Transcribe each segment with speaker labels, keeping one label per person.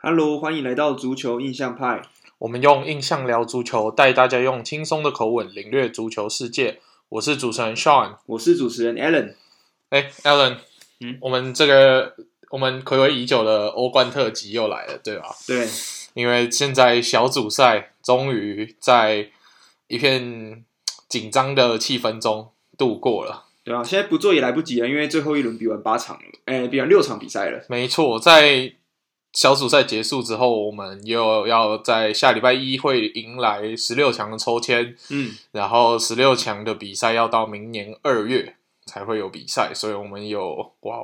Speaker 1: Hello，欢迎来到足球印象派。
Speaker 2: 我们用印象聊足球，带大家用轻松的口吻领略足球世界。我是主持人 Sean。
Speaker 1: 我是主持人 Alan。
Speaker 2: 哎，Alan，
Speaker 1: 嗯
Speaker 2: 我们这个我们暌违已久的欧冠特辑又来了，对吧？
Speaker 1: 对，
Speaker 2: 因为现在小组赛终于在一片紧张的气氛中度过了。
Speaker 1: 对啊，现在不做也来不及了，因为最后一轮比完八场了，哎、比完六场比赛了。
Speaker 2: 没错，在小组赛结束之后，我们又要在下礼拜一会迎来十六强的抽签。
Speaker 1: 嗯，
Speaker 2: 然后十六强的比赛要到明年二月才会有比赛，所以我们有哇，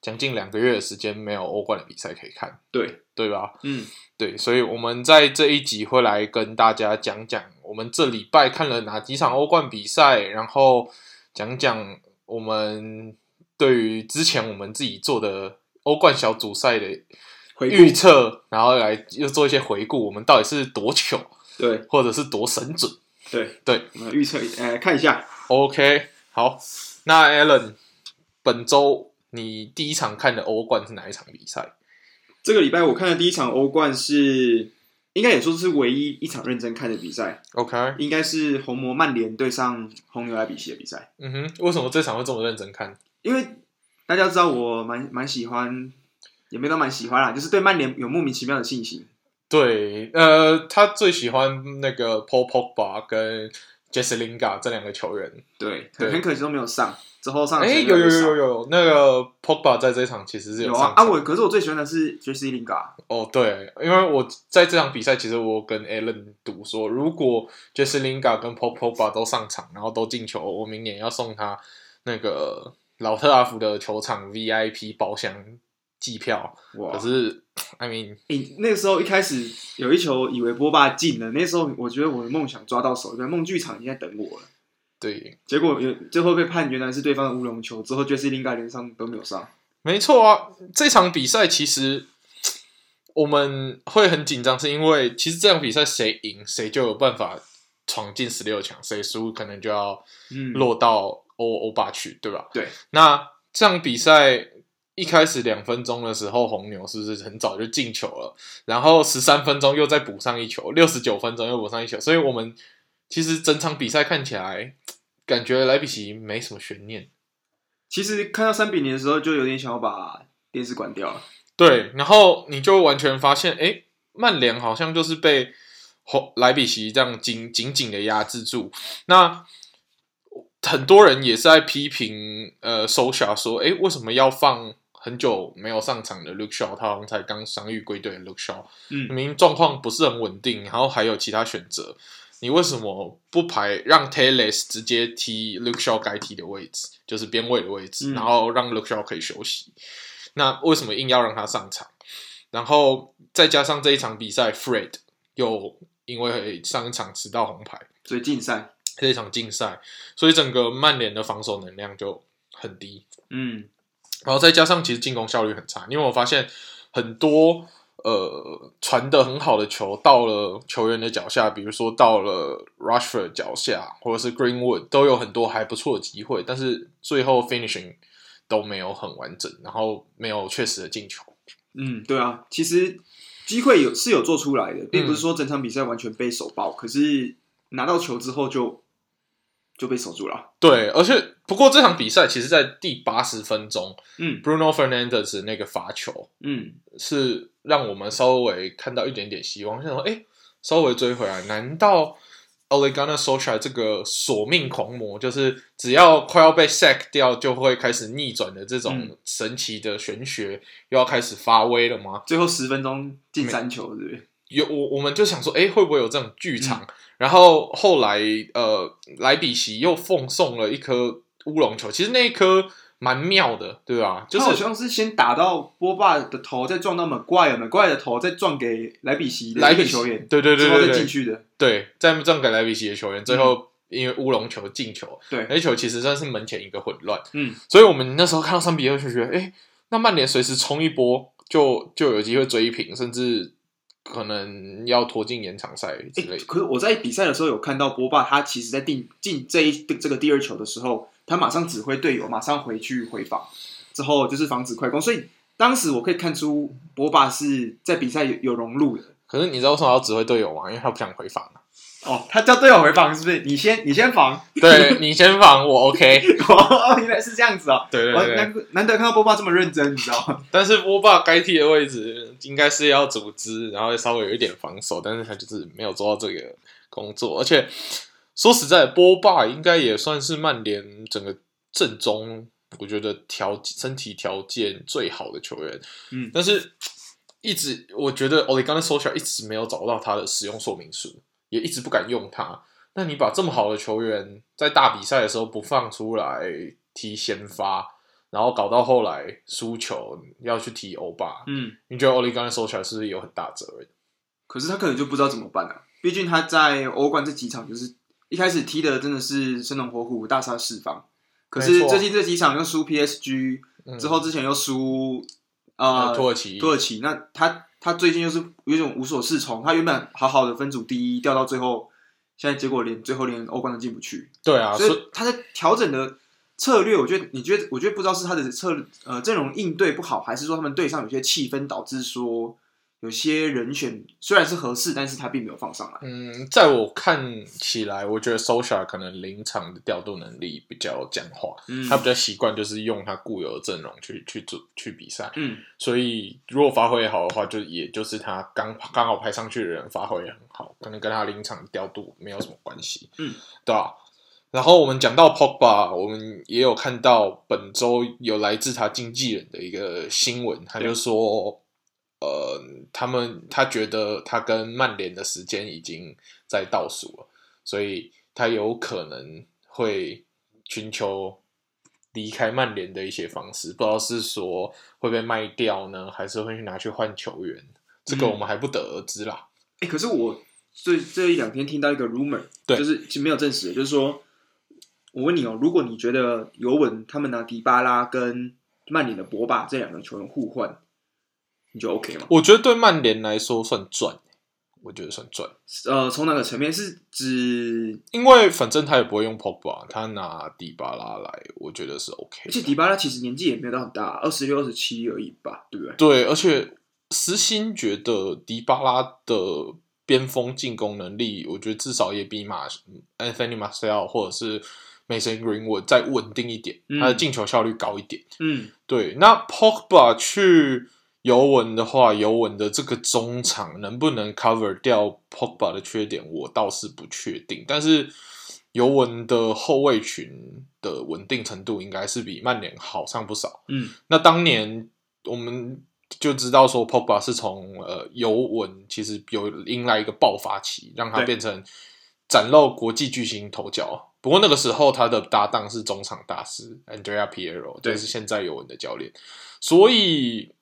Speaker 2: 将近两个月的时间没有欧冠的比赛可以看，
Speaker 1: 对，
Speaker 2: 对吧？
Speaker 1: 嗯，
Speaker 2: 对，所以我们在这一集会来跟大家讲讲我们这礼拜看了哪几场欧冠比赛，然后讲讲我们对于之前我们自己做的欧冠小组赛的
Speaker 1: 回
Speaker 2: 预
Speaker 1: 顾
Speaker 2: 测，然后来又做一些回顾，我们到底是多糗，
Speaker 1: 对
Speaker 2: 或者是多神准。
Speaker 1: 对
Speaker 2: 对，
Speaker 1: 我们预测，哎、看一下。
Speaker 2: OK，好，那 Alan，本周你第一场看的欧冠是哪一场比赛？
Speaker 1: 这个礼拜我看的第一场欧冠是，应该也说是唯一一场认真看的比赛，
Speaker 2: ？OK，
Speaker 1: 应该是红魔曼联对上红牛莱比锡的比赛。
Speaker 2: 嗯哼，为什么这场会这么认真看？
Speaker 1: 因为大家知道我蛮蛮喜欢，也没到蛮喜欢啦，就是对曼联有莫名其妙的信心。
Speaker 2: 对，呃，他最喜欢那个 Paul Pogba 跟 Jesse Lingard 这两个球员。
Speaker 1: 对，
Speaker 2: 对
Speaker 1: 很可惜都没有上，之后上
Speaker 2: 哎、
Speaker 1: 的时间
Speaker 2: 有有
Speaker 1: 越
Speaker 2: 有
Speaker 1: 少
Speaker 2: 有有，那个 Pogba 在这一场其实是
Speaker 1: 有啊
Speaker 2: 上
Speaker 1: 啊！
Speaker 2: 场。
Speaker 1: 我可是我最喜欢的是 Jesse Lingard，
Speaker 2: 哦，对，因为我在这场比赛，其实我跟 Alan 赌说，如果 Jesse Lingard 跟 Pop Pogba 都上场，然后都进球，我明年要送他那个老特拉福德球场 VIP 包厢季票。
Speaker 1: 哇！
Speaker 2: 可是，I mean，
Speaker 1: 诶那个时候一开始有一球以为波霸进了，那时候我觉得我的梦想抓到手，原来梦剧场已经在等我了。
Speaker 2: 对，
Speaker 1: 结果有最后被判原来是对方的乌龙球，之后 Jesse Lingard 连上都没有上。
Speaker 2: 没错啊，这场比赛其实我们会很紧张，是因为其实这场比赛谁赢，谁就有办法闯进十六强，谁输可能就要
Speaker 1: 嗯，
Speaker 2: 落到欧欧霸去，对吧？
Speaker 1: 对，
Speaker 2: 那这场比赛一开始两分钟的时候，红牛是不是很早就进球了？然后十三分钟又再补上一球，六十九分钟又补上一球，所以我们其实整场比赛看起来，感觉莱比锡没什么悬念。
Speaker 1: 其实看到三比零的时候，就有点想要把电视关掉了。
Speaker 2: 对，然后你就完全发现，哎，曼联好像就是被红莱比锡这样紧紧紧的压制住。那很多人也是在批评呃 s o s a 说，哎，为什么要放很久没有上场的 Luke Shaw？他好像才刚伤愈归队的 Luke Shaw，明
Speaker 1: 嗯，
Speaker 2: 明状况不是很稳定，然后还有其他选择，你为什么不排让 Taylor 直接踢 Luke Shaw 该踢的位置，就是边位的位置，
Speaker 1: 嗯
Speaker 2: 然后让 Luke Shaw 可以休息？那为什么硬要让他上场？然后再加上这一场比赛，Fred 又因为上一场吃到红牌，
Speaker 1: 所以禁赛。
Speaker 2: 这一场竞赛，所以整个曼联的防守能量就很低。
Speaker 1: 嗯，
Speaker 2: 然后再加上其实进攻效率很差，因为我发现很多呃传的很好的球到了球员的脚下，比如说到了 Rushford 脚下，或者是 Greenwood 都有很多还不错的机会，但是最后 finishing 都没有很完整，然后没有确实的进球。
Speaker 1: 嗯，对啊，其实机会有是有做出来的，并不是说整场比赛完全被手爆，可是拿到球之后就就被守住了。啊
Speaker 2: 对，而且不过这场比赛其实在第八十分钟
Speaker 1: 嗯
Speaker 2: ，Bruno Fernandez 的那个罚球，
Speaker 1: 嗯，
Speaker 2: 是让我们稍微看到一点点希望，想说，哎、稍微追回来，难道 Olegana Socha 这个索命狂魔，就是只要快要被 sack 掉，就会开始逆转的这
Speaker 1: 嗯
Speaker 2: 种神奇的玄学，又要开始发威了吗？
Speaker 1: 最后十分钟进三球，对不对？
Speaker 2: 有我我们就想说，哎、会不会有这种剧场？
Speaker 1: 嗯
Speaker 2: 然后后来呃，莱比锡又奉送了一颗乌龙球，其实那一颗蛮妙的，对吧？就
Speaker 1: 他好
Speaker 2: 是
Speaker 1: 像是先打到波霸的头，再撞到门怪尔，门怪尔的头，再撞给莱比锡的
Speaker 2: 莱
Speaker 1: 一个
Speaker 2: 比锡
Speaker 1: 球员，
Speaker 2: 对对对
Speaker 1: 之后
Speaker 2: 对
Speaker 1: 再进
Speaker 2: 对，
Speaker 1: 去的。
Speaker 2: 对，在转给莱比锡的球员，最后因为乌龙球进球，
Speaker 1: 对，
Speaker 2: 那球其实算是门前一个混乱，
Speaker 1: 嗯，
Speaker 2: 所以我们那时候看到三比二就觉得，哎，那曼联随时冲一波就就有机会追平，甚至可能要拖进延长赛之类
Speaker 1: 诶
Speaker 2: 的。
Speaker 1: 可是我在比赛的时候有看到波霸，他其实在定进这一这个第二球的时候，他马上指挥队友马上回去回防，之后就是防止快攻，所以当时我可以看出博巴是在比赛有有融入的。
Speaker 2: 可是你知道为什么要指挥队友吗？因为他不想回防啊。
Speaker 1: 哦， 他叫队友回防是不是？你先你先 防。
Speaker 2: 对你先防我 OK。
Speaker 1: 哦，原来是这样哦子哦。
Speaker 2: 对对
Speaker 1: 我
Speaker 2: 对
Speaker 1: 难难得看到波霸这么认真，你知道 吗？
Speaker 2: 但是波霸该踢的位置应该是要组织，然后稍微有一点防守，但是他就是没有做到这个工作。而且说实在，波霸应该也算是曼联整个阵中，我觉得条身体条件最好的球员。
Speaker 1: 嗯
Speaker 2: 但是一直我觉得 Ole g u n n a s o l s h a 一直没有找到他的使用说明书，也一直不敢用他。那你把这么好的球员在大比赛的时候不放出来踢先发，然后搞到后来输球要去踢欧巴，
Speaker 1: 嗯，
Speaker 2: 你觉得 Ole g u n n a s o l s h a 是不是有很大责任？
Speaker 1: 可是他可能就不知道怎么办了、毕竟他在欧冠这几场就是一开始踢的真的是生龙活虎、大杀四方，可
Speaker 2: 没
Speaker 1: 是
Speaker 2: 错
Speaker 1: 最近这几场又输 PSG，
Speaker 2: 嗯
Speaker 1: 之后之前又输
Speaker 2: 呃
Speaker 1: 呃
Speaker 2: 土耳其
Speaker 1: 土耳其，那他他最近又是有一种无所适从，他原本好好的分组第一，掉到最后，现在结果连最后连欧冠都进不去，
Speaker 2: 对啊，
Speaker 1: 所
Speaker 2: 所
Speaker 1: 以
Speaker 2: 以
Speaker 1: 他在调整的策略，我觉得你觉得，我觉得不知道是他的策呃阵容应对不好，还是说他们队上有些气氛导致说有些人选虽然是合适，但是他并没有放上来。
Speaker 2: 嗯，在我看起来，我觉得 s o l s h a 可能临场的调度能力比较僵化，
Speaker 1: 嗯
Speaker 2: 他比较习惯就是用他固有的阵容去去组去比赛，
Speaker 1: 嗯
Speaker 2: 所以如果发挥好的话，就也就是他刚刚好派上去的人发挥也很好，可能跟他临场调度没有什么关系，
Speaker 1: 嗯，
Speaker 2: 对啊。然后我们讲到 Pogba，我们也有看到本周有来自他经纪人的一个新闻，他就说，呃，他们他觉得他跟曼联的时间已经在倒数了，所以他有可能会寻求离开曼联的一些方式，不知道是说会被卖掉呢，还是会去拿去换球员，这个
Speaker 1: 嗯
Speaker 2: 我们还不得而知啦。
Speaker 1: 哎、可是我这这一两天听到一个 rumor，
Speaker 2: 对
Speaker 1: 就是其实没有证实的，就是说，我问你哦，如果你觉得尤文他们拿迪巴拉跟曼联的博巴这两个球员互换，你就 OK 吗？
Speaker 2: 我觉得对曼联来说算赚，欸我觉得算赚，
Speaker 1: 呃，从哪个层面是指
Speaker 2: 因为反正他也不会用 Pogba，他拿迪巴拉来，我觉得是 OK
Speaker 1: 而
Speaker 2: 的。
Speaker 1: 且迪巴拉其实年纪也没有到很大，二十六、二十七而已吧，对不对？
Speaker 2: 对，而且私心觉得迪巴拉的边锋进攻能力，我觉得至少也比马呃 Anthony Martial 或者是 Mason Greenwood 再稳定一点，
Speaker 1: 嗯
Speaker 2: 他的进球效率高一点。
Speaker 1: 嗯，
Speaker 2: 对，那 Pogba 去尤文的话，尤文的这个中场能不能 cover 掉 Pogba 的缺点，我倒是不确定。但是尤文的后卫群的稳定程度应该是比曼联好上不少。
Speaker 1: 嗯，
Speaker 2: 那当年我们就知道说，Pogba 是从呃尤文其实有迎来一个爆发期，让他
Speaker 1: 对
Speaker 2: 变成崭露国际巨星头角。不过那个时候他的搭档是中场大师 Andrea Pirlo，
Speaker 1: 对
Speaker 2: 就是现在尤文的教练，所以。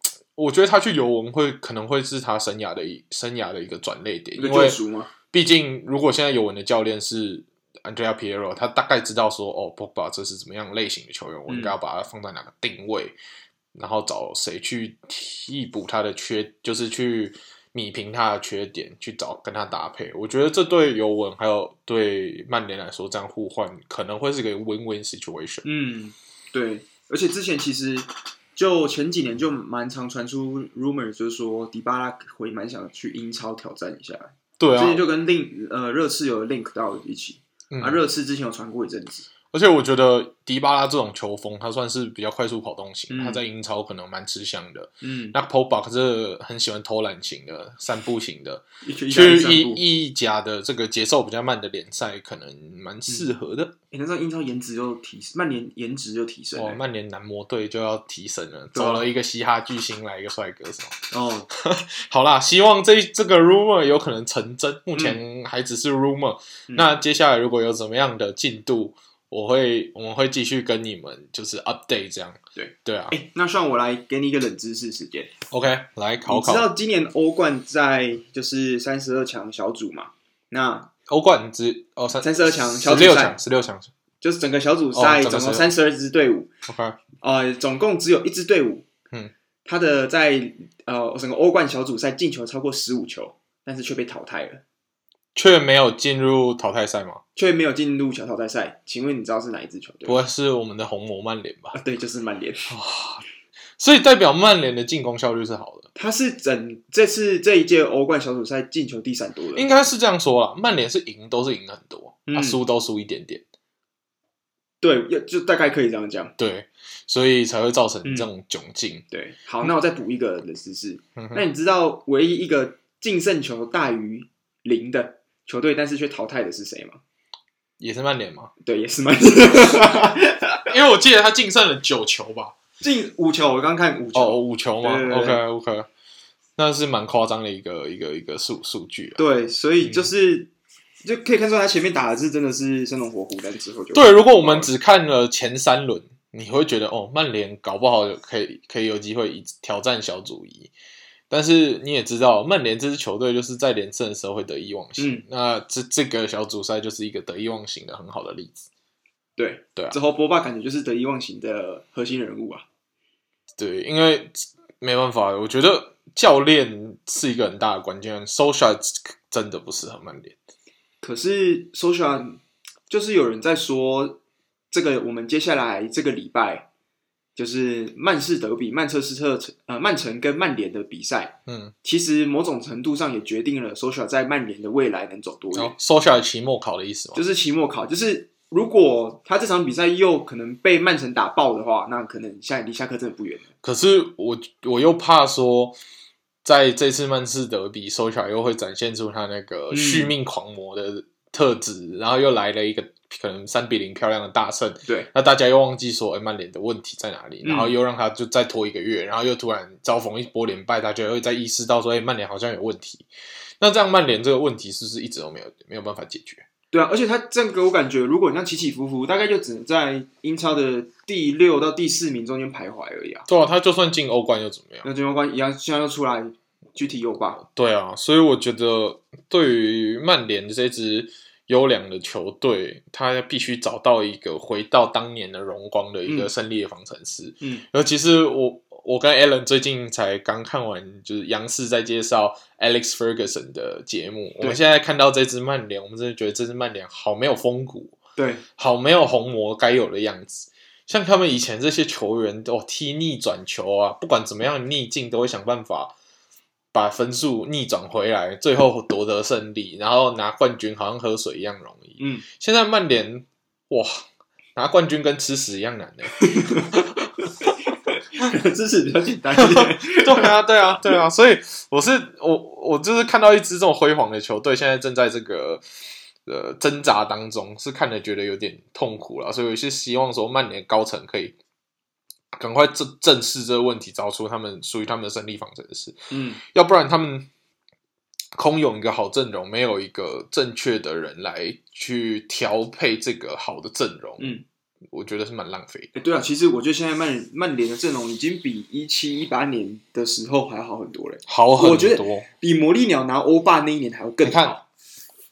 Speaker 2: 我觉得他去尤文会可能会是他生涯的一生涯的一个转捩点，
Speaker 1: 一个
Speaker 2: 因为
Speaker 1: 救赎吗？
Speaker 2: 毕竟，如果现在尤文的教练是 Andrea Pirlo，他大概知道说，哦，Pogba 这是怎么样类型的球员，我
Speaker 1: 嗯
Speaker 2: 应该要把他放在哪个定位，然后找谁去替补他的缺，就是去弥平他的缺点，去找跟他搭配。我觉得这对尤文还有对曼联来说，这样互换可能会是个 win-win situation。
Speaker 1: 嗯，对。而且之前其实就前几年就蛮常传出 rumor，就是说迪巴拉会蛮想去英超挑战一下，
Speaker 2: 对
Speaker 1: 之
Speaker 2: 啊
Speaker 1: 前，就跟 link 呃热刺有 link 到一起，
Speaker 2: 嗯
Speaker 1: 啊热刺之前有传过一阵子，
Speaker 2: 而且我觉得迪巴拉这种球风，他算是比较快速跑动型，
Speaker 1: 嗯
Speaker 2: 他在英超可能蛮吃香的。
Speaker 1: 嗯，
Speaker 2: 那 Pogba 是很喜欢偷懒型的、散步型的，
Speaker 1: 去
Speaker 2: 去
Speaker 1: 散步
Speaker 2: 意意甲的这个节奏比较慢的联赛，可能蛮
Speaker 1: 嗯
Speaker 2: 适合的。
Speaker 1: 诶那时候英超颜值就提升，曼联颜值就提升
Speaker 2: 哦，
Speaker 1: 了，
Speaker 2: 曼联男模队就要提神了，
Speaker 1: 对啊
Speaker 2: 找了一个嘻哈巨星来一个帅哥手。
Speaker 1: 哦，
Speaker 2: 好啦，希望这这个 rumor 有可能成真，目前还只是 rumor、
Speaker 1: 嗯
Speaker 2: 那接下来如果有怎么样的进度，我会我们会继续跟你们就是 update 这样。
Speaker 1: 对
Speaker 2: 对啊、
Speaker 1: 哎，那算我来给你一个冷知识时间。
Speaker 2: o k 来考
Speaker 1: 你知
Speaker 2: 考
Speaker 1: 道今年欧冠在就是三十二强小组嘛？那
Speaker 2: 欧冠只哦三
Speaker 1: 32强
Speaker 2: 十
Speaker 1: 小组
Speaker 2: 六
Speaker 1: 赛
Speaker 2: 强十六强
Speaker 1: 就是整个小组赛
Speaker 2: 哦整个
Speaker 1: 总共
Speaker 2: 小
Speaker 1: 三十二支队伍，
Speaker 2: ，OK
Speaker 1: 呃，总共只有一支队伍，
Speaker 2: 嗯，
Speaker 1: 他的在呃整个欧冠小组赛进球超过十五球，但是却被淘汰了，
Speaker 2: 却没有进入淘汰赛吗？
Speaker 1: 却没有进入小淘汰赛。请问你知道是哪一支球队
Speaker 2: 不？会是我们的红魔曼联吧？
Speaker 1: 啊，对，就是曼联。
Speaker 2: 哇，所以代表曼联的进攻效率是好的，
Speaker 1: 他是整这次这一届欧冠小组赛进球第三多的，
Speaker 2: 应该是这样说啦。曼联是赢都是赢很多，
Speaker 1: 嗯
Speaker 2: 啊输都输一点点，
Speaker 1: 对，要就大概可以这样讲。
Speaker 2: 对，所以才会造成这种窘境。
Speaker 1: 对，好，那我再补一个冷知识。
Speaker 2: 嗯
Speaker 1: 那
Speaker 2: 哼
Speaker 1: 你知道唯一一个净胜球大于零的球队，但是却淘汰的是谁吗？
Speaker 2: 也是曼联嘛，
Speaker 1: 对，也是曼
Speaker 2: 因为我记得他净胜了九球吧，
Speaker 1: 进五球，我刚看五球。
Speaker 2: 哦，五球吗
Speaker 1: 对对对
Speaker 2: ？OK OK，那是蛮夸张的一个一个一个数数据啊。
Speaker 1: 对，所以就是、就可以看出他前面打的是真的是生龙活虎，但是之后就
Speaker 2: 对，如果我们只看了前三轮，你会觉得哦，曼联搞不好有可以可以有机会一挑战小组一。但是你也知道，曼联这支球队就是在连胜的时候会得意忘形。
Speaker 1: 嗯
Speaker 2: 那这这个小组赛就是一个得意忘形的很好的例子。
Speaker 1: 对
Speaker 2: 对啊
Speaker 1: 之后波霸感觉就是得意忘形的核心人物啊。
Speaker 2: 对，因为没办法，我觉得教练是一个很大的关键。s o c i a 真的不适合曼联。
Speaker 1: 可是 Social 就是有人在说，这个我们接下来这个礼拜就是曼市德比、曼彻斯特城呃曼城跟曼联的比赛，
Speaker 2: 嗯，
Speaker 1: 其实某种程度上也决定了 Social 在曼联的未来能走多远。
Speaker 2: 然后 s o c i a 期末考的意思嘛，
Speaker 1: 就是期末考，就是如果他这场比赛又可能被曼城打爆的话，那可能下离下课真的不远了。
Speaker 2: 可是我我又怕说，在这次曼市德比，收起来又会展现出他那个
Speaker 1: 嗯
Speaker 2: 续命狂魔的特质，然后又来了一个可能三比零漂亮的大胜，
Speaker 1: 对，
Speaker 2: 那大家又忘记说，哎、曼联的问题在哪里？
Speaker 1: 嗯
Speaker 2: 然后又让他就再拖一个月，然后又突然遭逢一波连败，大家会再意识到说，哎、曼联好像有问题。那这样曼联这个问题是不是一直都没有没有办法解决？
Speaker 1: 对啊，而且他这个我感觉，如果你像起起伏伏，大概就只能在英超的第六到第四名中间徘徊而已啊。
Speaker 2: 对啊，他就算进欧冠又怎么样？
Speaker 1: 那中央关一样，现在又出来具体有吧？
Speaker 2: 对啊，所以我觉得对于曼联这支优良的球队，他必须找到一个回到当年的荣光的一个
Speaker 1: 嗯
Speaker 2: 胜利的方程式。
Speaker 1: 嗯，
Speaker 2: 尤其是我，我跟 Alan 最近才刚看完，就是央视在介绍 Alex Ferguson 的节目。我们现在看到这支曼联，我们真的觉得这支曼联好没有风骨，
Speaker 1: 对，
Speaker 2: 好没有红魔该有的样子。像他们以前这些球员，哦，踢逆转球啊，不管怎么样逆境，都会想办法把分数逆转回来，最后夺得胜利，然后拿冠军，好像喝水一样容易。
Speaker 1: 嗯，
Speaker 2: 现在曼联，哇，拿冠军跟吃屎一样难呢、
Speaker 1: 支持比较简单一点。
Speaker 2: 对啊，对啊，对啊，所以我是我我就是看到一支这种辉煌的球队，现在正在这个呃挣扎当中，是看着觉得有点痛苦了，所以我是希望说曼联高层可以赶快正正视这个问题，找出他们属于他们的胜利方程式，
Speaker 1: 嗯，
Speaker 2: 要不然他们空有一个好阵容，没有一个正确的人来去调配这个好的阵容，
Speaker 1: 嗯，
Speaker 2: 我觉得是蛮浪费的。
Speaker 1: 哎、对啊，其实我觉得现在曼曼联的阵容已经比一七一八年的时候还好很多嘞，
Speaker 2: 好哦很多，
Speaker 1: 我觉得比魔力鸟拿欧霸那一年还要更
Speaker 2: 你看
Speaker 1: 好。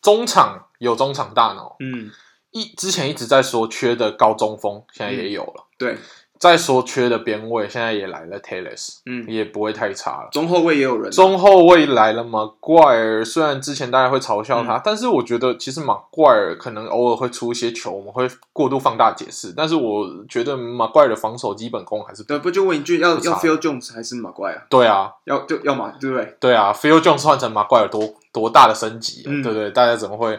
Speaker 2: 中场有中场大脑。
Speaker 1: 嗯，
Speaker 2: 一之前一直在说缺的高中锋，现在也有了；
Speaker 1: 对，
Speaker 2: 再说缺的边位，现在也来了 t a y l o r s
Speaker 1: 嗯，
Speaker 2: 也不会太差了。
Speaker 1: 中后卫也有人啊、
Speaker 2: 中后卫来了马怪尔，虽然之前大家会嘲笑他，但是我觉得其实马怪尔可能偶尔会出一些球，我们会过度放大解释，但是我觉得马怪尔的防守基本功还是
Speaker 1: 对，不就问一句，要
Speaker 2: 不
Speaker 1: 要
Speaker 2: 差
Speaker 1: Phil Jones 还是马怪啊？
Speaker 2: 对啊，
Speaker 1: 要就要嘛，对不对？
Speaker 2: 对啊，Phil Jones 换成马怪尔多多大的升级、啊，
Speaker 1: 嗯
Speaker 2: 对不对？大家怎么会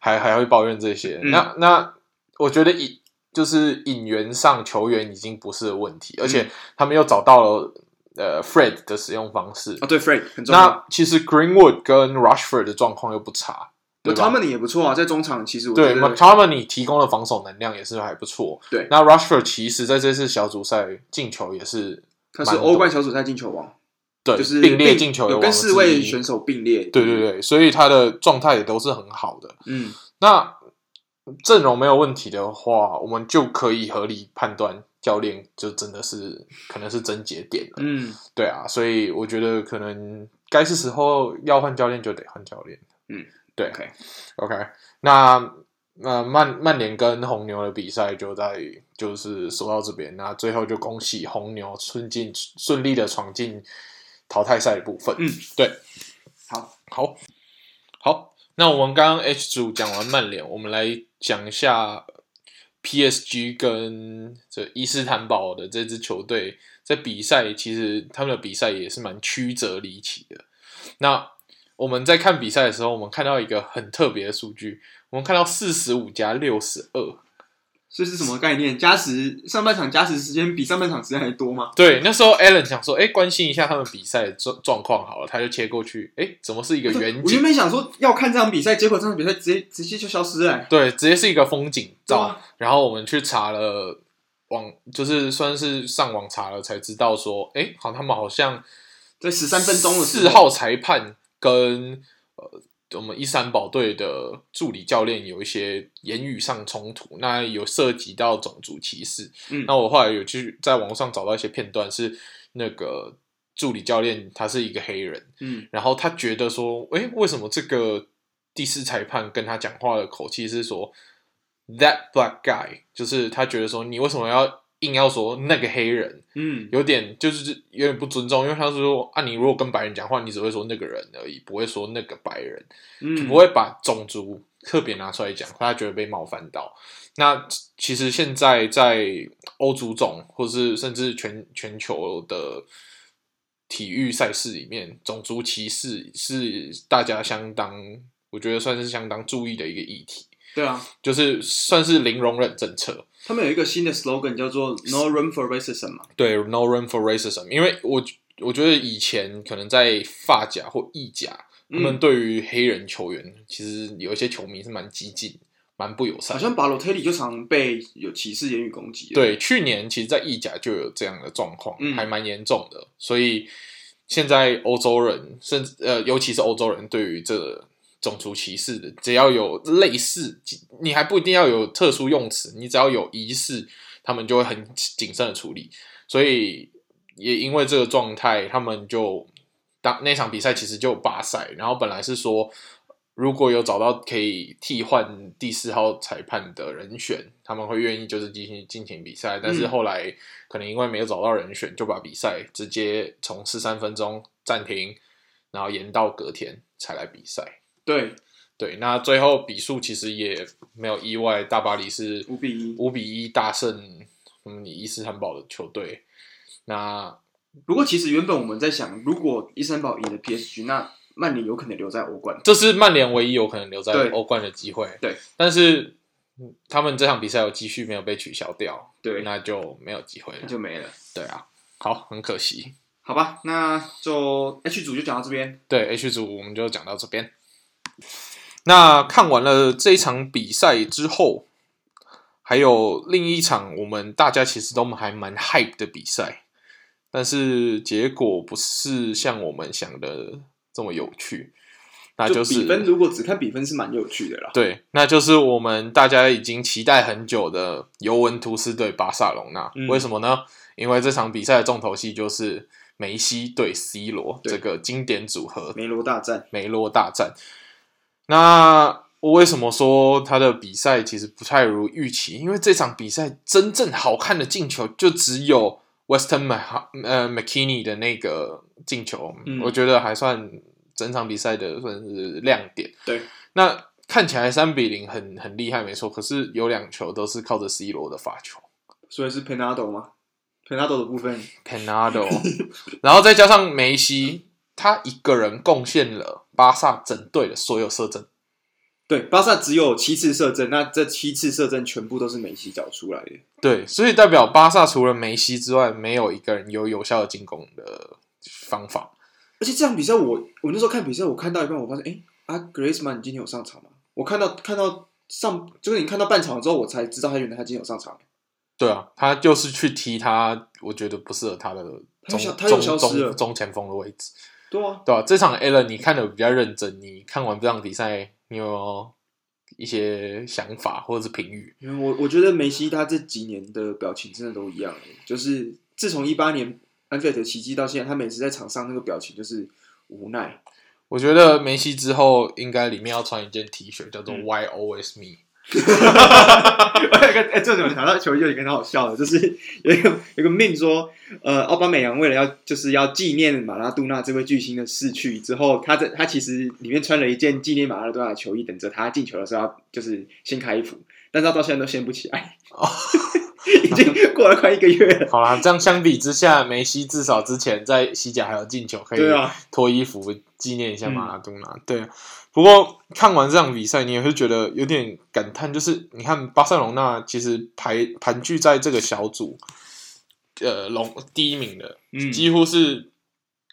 Speaker 2: 还还会抱怨这些？
Speaker 1: 嗯
Speaker 2: 那那我觉得引就是引援上球员已经不是问
Speaker 1: 嗯
Speaker 2: 题，而且他们又找到了呃 Fred 的使用方式。
Speaker 1: 啊，对，Fred 很重要。
Speaker 2: 那其实 Greenwood 跟 Rushford 的状况又不差，对吧？
Speaker 1: McTominay 也不错啊，在中场其实我觉
Speaker 2: 对
Speaker 1: 得
Speaker 2: McTominay 提供的防守能量也是还不错。
Speaker 1: 对
Speaker 2: 那 Rushford 其实在这次小组赛进球也是
Speaker 1: 他是欧冠小组赛进球王，
Speaker 2: 对
Speaker 1: 就是
Speaker 2: 并列进球的
Speaker 1: 有
Speaker 2: 王
Speaker 1: 跟
Speaker 2: 之
Speaker 1: 四位
Speaker 2: 一
Speaker 1: 选手并列。
Speaker 2: 对对，对，所以他的状态也都是很好的。
Speaker 1: 嗯，
Speaker 2: 那阵容没有问题的话，我们就可以合理判断教练就真的是可能是症结点了。
Speaker 1: 嗯
Speaker 2: 对啊，所以我觉得可能该是时候要换教练就得换教练。
Speaker 1: 嗯，
Speaker 2: 对。
Speaker 1: ，OK，
Speaker 2: OK，那那曼曼联跟红牛的比赛就在就是说到这边，那最后就恭喜红牛顺进顺利的闯进淘汰赛的部分。
Speaker 1: 嗯，
Speaker 2: 对，
Speaker 1: 好，
Speaker 2: 好，好，那我们刚刚 H 组讲完曼联，我们来讲一下 PSG 跟这伊斯坦堡的这支球队在比赛其实他们的比赛也是蛮曲折离奇的。那我们在看比赛的时候，我们看到一个很特别的数据，我们看到四十五加六十二。
Speaker 1: 这是什么概念？加时上半场加时时间比上半场时间还多吗？
Speaker 2: 对，那时候 Allen 想说，哎、关心一下他们比赛的状状况好了，他就切过去，哎、怎么是一个远
Speaker 1: 我原
Speaker 2: 景？
Speaker 1: 本想说要看这场比赛，结果这场比赛直接直接就消失了、欸。
Speaker 2: 对，直接是一个风景照。
Speaker 1: 哇
Speaker 2: 然后我们去查了网，就是算是上网查了才知道说，哎、好，他们好像
Speaker 1: 在十三分钟的时候
Speaker 2: 四号裁判跟呃我们一三堡队的助理教练有一些言语上冲突，那有涉及到种族歧视。
Speaker 1: 嗯
Speaker 2: 那我后来有去在网上找到一些片段，是那个助理教练他是一个黑人，
Speaker 1: 嗯，
Speaker 2: 然后他觉得说，诶，为什么这个第四裁判跟他讲话的口气是说 that black guy，就是他觉得说你为什么要硬要说那个黑人，
Speaker 1: 嗯，
Speaker 2: 有点就是有点不尊重，因为他是说啊，你如果跟白人讲话，你只会说那个人而已，不会说那个白人，就
Speaker 1: 嗯，
Speaker 2: 不会把种族特别拿出来讲，他觉得被冒犯到。那其实现在在欧足总，或是甚至全全球的体育赛事里面，种族歧视是大家相当，我觉得算是相当注意的一个议题，
Speaker 1: 对啊，
Speaker 2: 就是算是零容忍政策。
Speaker 1: 他们有一个新的 slogan 叫做 “No room for racism” 嘛。
Speaker 2: 对，no room for racism，因为我我觉得以前可能在发甲或意甲，他们
Speaker 1: 嗯，
Speaker 2: 对于黑人球员，其实有一些球迷是蛮激进、蛮不友善
Speaker 1: 好
Speaker 2: 的。
Speaker 1: 像巴洛特利就常被有歧视言语攻击。，
Speaker 2: 对，去年其实，在意甲就有这样的状况，
Speaker 1: 嗯
Speaker 2: 还蛮严重的。所以现在欧洲人，甚至呃，尤其是欧洲人，对于这种族歧视的，只要有类似，你还不一定要有特殊用词，你只要有疑似，他们就会很谨慎的处理。所以也因为这个状态，他们就当那场比赛其实就有罢赛，然后本来是说如果有找到可以替换第四号裁判的人选，他们会愿意就是进行进行比赛，但
Speaker 1: 嗯
Speaker 2: 是后来可能因为没有找到人选，就把比赛直接从十三分钟暂停，然后延到隔天才来比赛。
Speaker 1: 对，
Speaker 2: 对，那最后比数其实也没有意外，大巴黎是
Speaker 1: 五比一
Speaker 2: 五比一大胜嗯伊斯坦堡的球队。那
Speaker 1: 不过其实原本我们在想，如果伊森堡赢了 PSG，那曼联有可能留在欧冠。
Speaker 2: 这是曼联唯一有可能留在
Speaker 1: 对
Speaker 2: 欧冠的机会。
Speaker 1: 对，
Speaker 2: 但是嗯他们这场比赛有继续没有被取消掉，
Speaker 1: 对，
Speaker 2: 那就没有机会
Speaker 1: 那
Speaker 2: 了。
Speaker 1: 就没了。
Speaker 2: 对啊，好，很可惜。
Speaker 1: 好吧，那就 H 组就讲到这边。
Speaker 2: 对 H 组我们就讲到这边。那看完了这一场比赛之后，还有另一场我们大家其实都还蛮 hype 的比赛，但是结果不是像我们想的这么有趣，那
Speaker 1: 就是比分，如果只看比分是蛮有趣的啦。
Speaker 2: 对，那就是我们大家已经期待很久的尤文图斯对巴塞隆纳。
Speaker 1: 嗯
Speaker 2: 为什么呢？因为这场比赛的重头戏就是梅西对 C 罗
Speaker 1: 对
Speaker 2: 这个经典组合
Speaker 1: 梅罗大战，
Speaker 2: 梅洛大战。那我为什么说他的比赛其实不太如预期？因为这场比赛真正好看的进球就只有 Weston Mc 呃 McKinney 的那个进球，
Speaker 1: 嗯
Speaker 2: 我觉得还算整场比赛的算是亮点。
Speaker 1: 对，
Speaker 2: 那看起来三比零很很厉害，没错。可是有两球都是靠着 C 罗的罚球
Speaker 1: 所以是 Penado 吗？Penado 的部分，
Speaker 2: ，Penado，然后再加上梅西，他一个人贡献了巴萨整队的所有射正。
Speaker 1: 对，巴萨只有七次射正，那这七次射正全部都是梅西找出来的。
Speaker 2: 对，所以代表巴萨除了梅西之外，没有一个人有有效的进攻的方法。
Speaker 1: 而且这场比赛我，我那时候看比赛，我看到一半，我发现，哎、啊，Griezmann 今天有上场吗？我看到看到上，就是你看到半场之后，我才知道他原来他今天有上场。
Speaker 2: 对啊，他就是去踢他，我觉得不适合他的
Speaker 1: 他又
Speaker 2: 中
Speaker 1: 消他又消
Speaker 2: 中
Speaker 1: 失了
Speaker 2: 中中前锋的位置，
Speaker 1: 对啊，
Speaker 2: 对吧、这场 a l l n 你看的比较认真，你看完这场比赛，你有没有一些想法或者是评语？
Speaker 1: 因为我我觉得梅西他这几年的表情真的都一样，欸就是自从一八年安菲尔德奇迹到现在，他每次在场上那个表情就是无奈。
Speaker 2: 我觉得梅西之后应该里面要穿一件 T 恤，叫做
Speaker 1: 嗯
Speaker 2: “Why Always Me”。
Speaker 1: 哎、这种想到球衣就有一个很好笑的，就是有一个有个命说，呃，奥巴美扬为了要就是要纪念马拉杜纳这位巨星的逝去之后，他在他其实里面穿了一件纪念马拉杜纳的
Speaker 2: 哦
Speaker 1: 球衣，等着他进球的时候要就是掀开衣服，但是他到现在都掀不起来。 已经过了快一个月了。
Speaker 2: 好啦，这样相比之下，梅西至少之前在西甲还有进球，可以
Speaker 1: 对啊，
Speaker 2: 脱衣服纪念一
Speaker 1: 嗯
Speaker 2: 下马拉多纳。对啊，不过看完这场比赛，你也会觉得有点感叹，就是你看巴塞隆纳其实排盘踞在这个小组，呃，龙第一名的，
Speaker 1: 嗯，
Speaker 2: 几乎是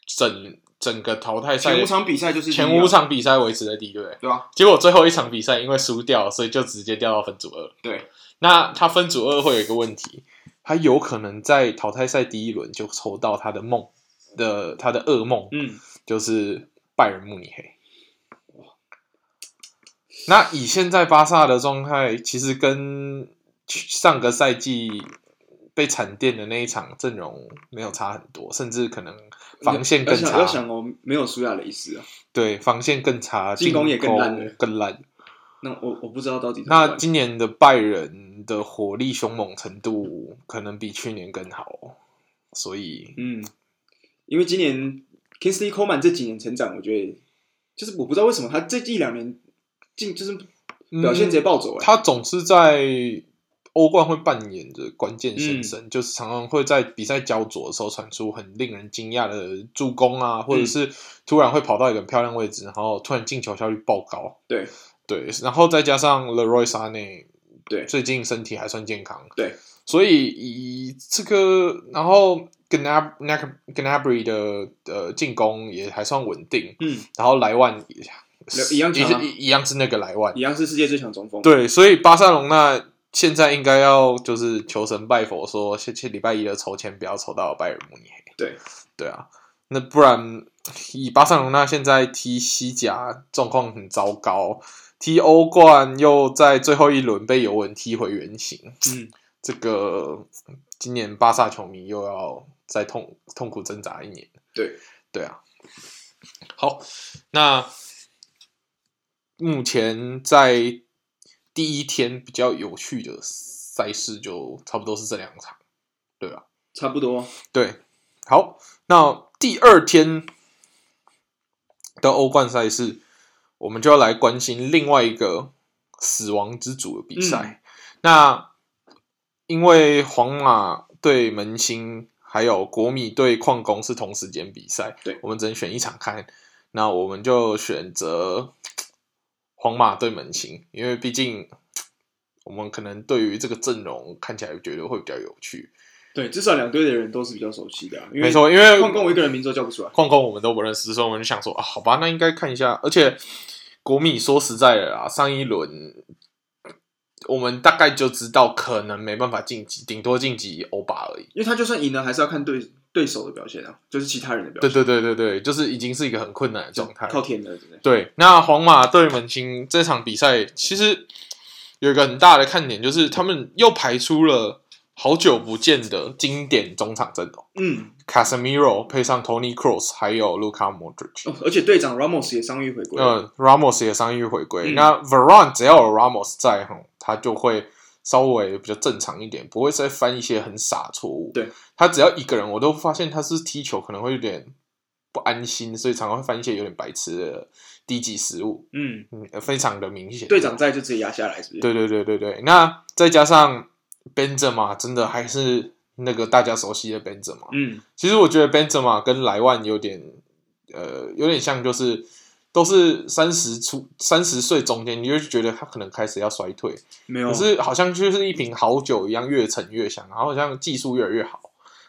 Speaker 2: 整整个淘汰赛
Speaker 1: 前五场比赛就是
Speaker 2: 前
Speaker 1: 第一啊
Speaker 2: 五，场比赛维持的第一位，
Speaker 1: 对吧？
Speaker 2: 结果最后一场比赛因为输掉，所以就直接掉到分组二。
Speaker 1: 对，
Speaker 2: 那他分组二会有一个问题，他有可能在淘汰赛第一轮就抽到他的梦的他的噩梦，
Speaker 1: 嗯，
Speaker 2: 就是拜仁慕尼黑。那以现在巴萨的状态，其实跟上个赛季被惨电的那一场阵容没有差很多，甚至可能防线更
Speaker 1: 要想
Speaker 2: 差
Speaker 1: 要。想哦，没有苏亚雷斯啊，
Speaker 2: 对，防线更差，
Speaker 1: 进攻也更烂
Speaker 2: 进
Speaker 1: 了
Speaker 2: 攻更烂。
Speaker 1: 那我我不知道到底怎么
Speaker 2: 那
Speaker 1: 办
Speaker 2: 今年的拜仁的火力凶猛程度可能比去年更好哦，所以
Speaker 1: 嗯，因为今年 Kingsley Coleman 这几年成长，我觉得就是我不知道为什么他这一两年进就是表现直接
Speaker 2: 嗯
Speaker 1: 暴走哎、
Speaker 2: 他总是在欧冠会扮演着关键先
Speaker 1: 嗯
Speaker 2: 生，就是常常会在比赛焦灼的时候传出很令人惊讶的助攻啊，或者
Speaker 1: 嗯
Speaker 2: 是突然会跑到一个很漂亮位置，然后突然进球效率爆高。
Speaker 1: 对
Speaker 2: 对，然后再加上 Leroy Sané，
Speaker 1: 对
Speaker 2: 最近身体还算健康，
Speaker 1: 对，
Speaker 2: 所以以这个，然后 Gnab Gnab Gnabry 的呃进攻也还算稳定，
Speaker 1: 嗯，
Speaker 2: 然后莱万也
Speaker 1: 一样
Speaker 2: 也
Speaker 1: 强啊
Speaker 2: 是一样是那个莱万
Speaker 1: 一，样是世界最强中锋，
Speaker 2: 对，所以巴塞隆那现在应该要就是求神拜佛说，下下礼拜一的筹钱不要筹到拜仁慕尼黑。
Speaker 1: 对，
Speaker 2: 对啊，那不然以巴塞隆那现在踢西甲状况很糟糕，踢欧冠又在最后一轮被尤文踢回原形，
Speaker 1: 嗯，
Speaker 2: 这个今年巴萨球迷又要再痛痛苦挣扎一年。
Speaker 1: 对，
Speaker 2: 对啊。好，那目前在第一天比较有趣的赛事就差不多是这两场，对吧、
Speaker 1: 差不多，
Speaker 2: 对，好，那第二天的欧冠赛事，我们就要来关心另外一个死亡之组的比
Speaker 1: 嗯
Speaker 2: 赛。那因为皇马对门兴，还有国米对矿工是同时间比赛，
Speaker 1: 对
Speaker 2: 我们只能选一场看。那我们就选择皇马对门兴，因为毕竟我们可能对于这个阵容看起来觉得会比较有趣。
Speaker 1: 对，至少两队的人都是比较熟悉的、啊，因为
Speaker 2: 没错，因为
Speaker 1: 矿工我一个人名字都叫不出来，
Speaker 2: 矿工我们都不认识，所以我们就想说啊，好吧，那应该看一下。而且国米说实在的啦，上一轮我们大概就知道可能没办法晋级，顶多晋级欧霸而已。
Speaker 1: 因为他就算赢了，还是要看对对手的表现啊，就是其他人的表
Speaker 2: 对
Speaker 1: 现，
Speaker 2: 对对对对，就是已经是一个很困难的状态。
Speaker 1: 靠天的，真的，
Speaker 2: 对，那皇马对门兴这场比赛，其实有一个很大的看点，就是他们又排出了好久不见的经典中场阵容。
Speaker 1: 嗯，
Speaker 2: Casemiro 配上 Tony Cross，还有 Luka Modric，
Speaker 1: 哦而且队长 Ramos 也伤愈回归，
Speaker 2: 呃，Ramos 也伤愈回归。
Speaker 1: 嗯
Speaker 2: 那 Veron 只要有 Ramos 在哈，他就会稍微比较正常一点，不会再犯一些很傻的错误。
Speaker 1: 对，
Speaker 2: 他只要一个人，我都发现他是踢球可能会有点不安心，所以常常会犯一些有点白痴的低级失误，
Speaker 1: 嗯，
Speaker 2: 嗯，呃非常的明显。
Speaker 1: 队长在就直接压下来，是不是？，
Speaker 2: 对对对对对，那再加上 Benzema，真的还是那个大家熟悉的 Benzema。
Speaker 1: 嗯，
Speaker 2: 其实我觉得 Benzema 跟莱万有点，呃，有点像，就是都是三十出三十岁中间，你就觉得他可能开始要衰退，
Speaker 1: 没有，
Speaker 2: 可是好像就是一瓶好酒一样，越陈越香，然后好像技术越来越好，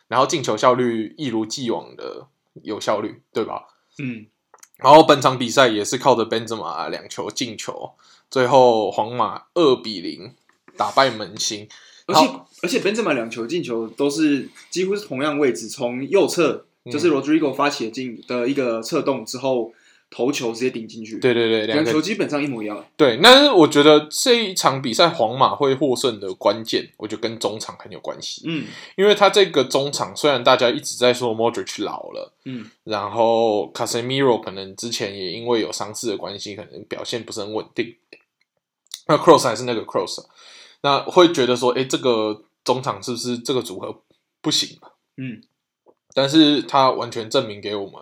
Speaker 2: 然后进球效率一如既往的有效率，对吧？
Speaker 1: 嗯，
Speaker 2: 然后本场比赛也是靠着 Benzema 两球进球，最后皇马二比零打败门兴，
Speaker 1: 而且而且 Benzema 两球进球都是几乎是同样位置，从右侧
Speaker 2: 嗯
Speaker 1: 就是 Rodrigo 发起的进的一个侧动之后，头球直接顶进去，，
Speaker 2: 对对对，两
Speaker 1: 两
Speaker 2: 个
Speaker 1: 球基本上一模一样，啊
Speaker 2: 对，但是我觉得这一场比赛皇马会获胜的关键，我觉得跟中场很有关系，
Speaker 1: 嗯
Speaker 2: 因为他这个中场虽然大家一直在说 Modric 老了，
Speaker 1: 嗯，
Speaker 2: 然后 Casemiro 可能之前也因为有伤势的关系，可能表现不是很稳定。那 Cross 还是那个 Cross，啊那会觉得说，诶，这个中场是不是这个组合不行？
Speaker 1: 嗯，
Speaker 2: 但是他完全证明给我们，